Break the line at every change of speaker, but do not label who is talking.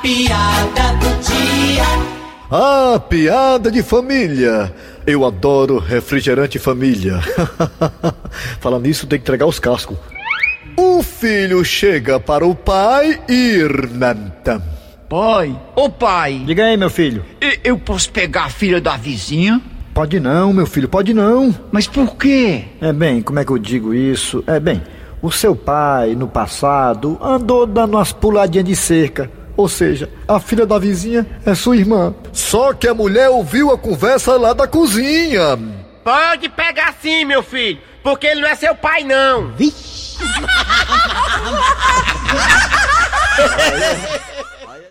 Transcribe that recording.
piada do dia.
Ah, piada de família. Eu adoro refrigerante família. Falando nisso, tem que entregar os cascos. O filho chega para o pai e Irnantam.
Pai, ô pai,
Diga aí, meu filho.
e- eu posso pegar a filha da vizinha?
Pode não, meu filho, pode não.
Mas por quê?
É bem, como é que eu digo isso? É bem, o seu pai, no passado, andou dando umas puladinhas de cerca. Ou seja, a filha da vizinha é sua irmã. Só que a mulher ouviu a conversa lá da cozinha.
Pode pegar sim, meu filho, porque ele não é seu pai, não.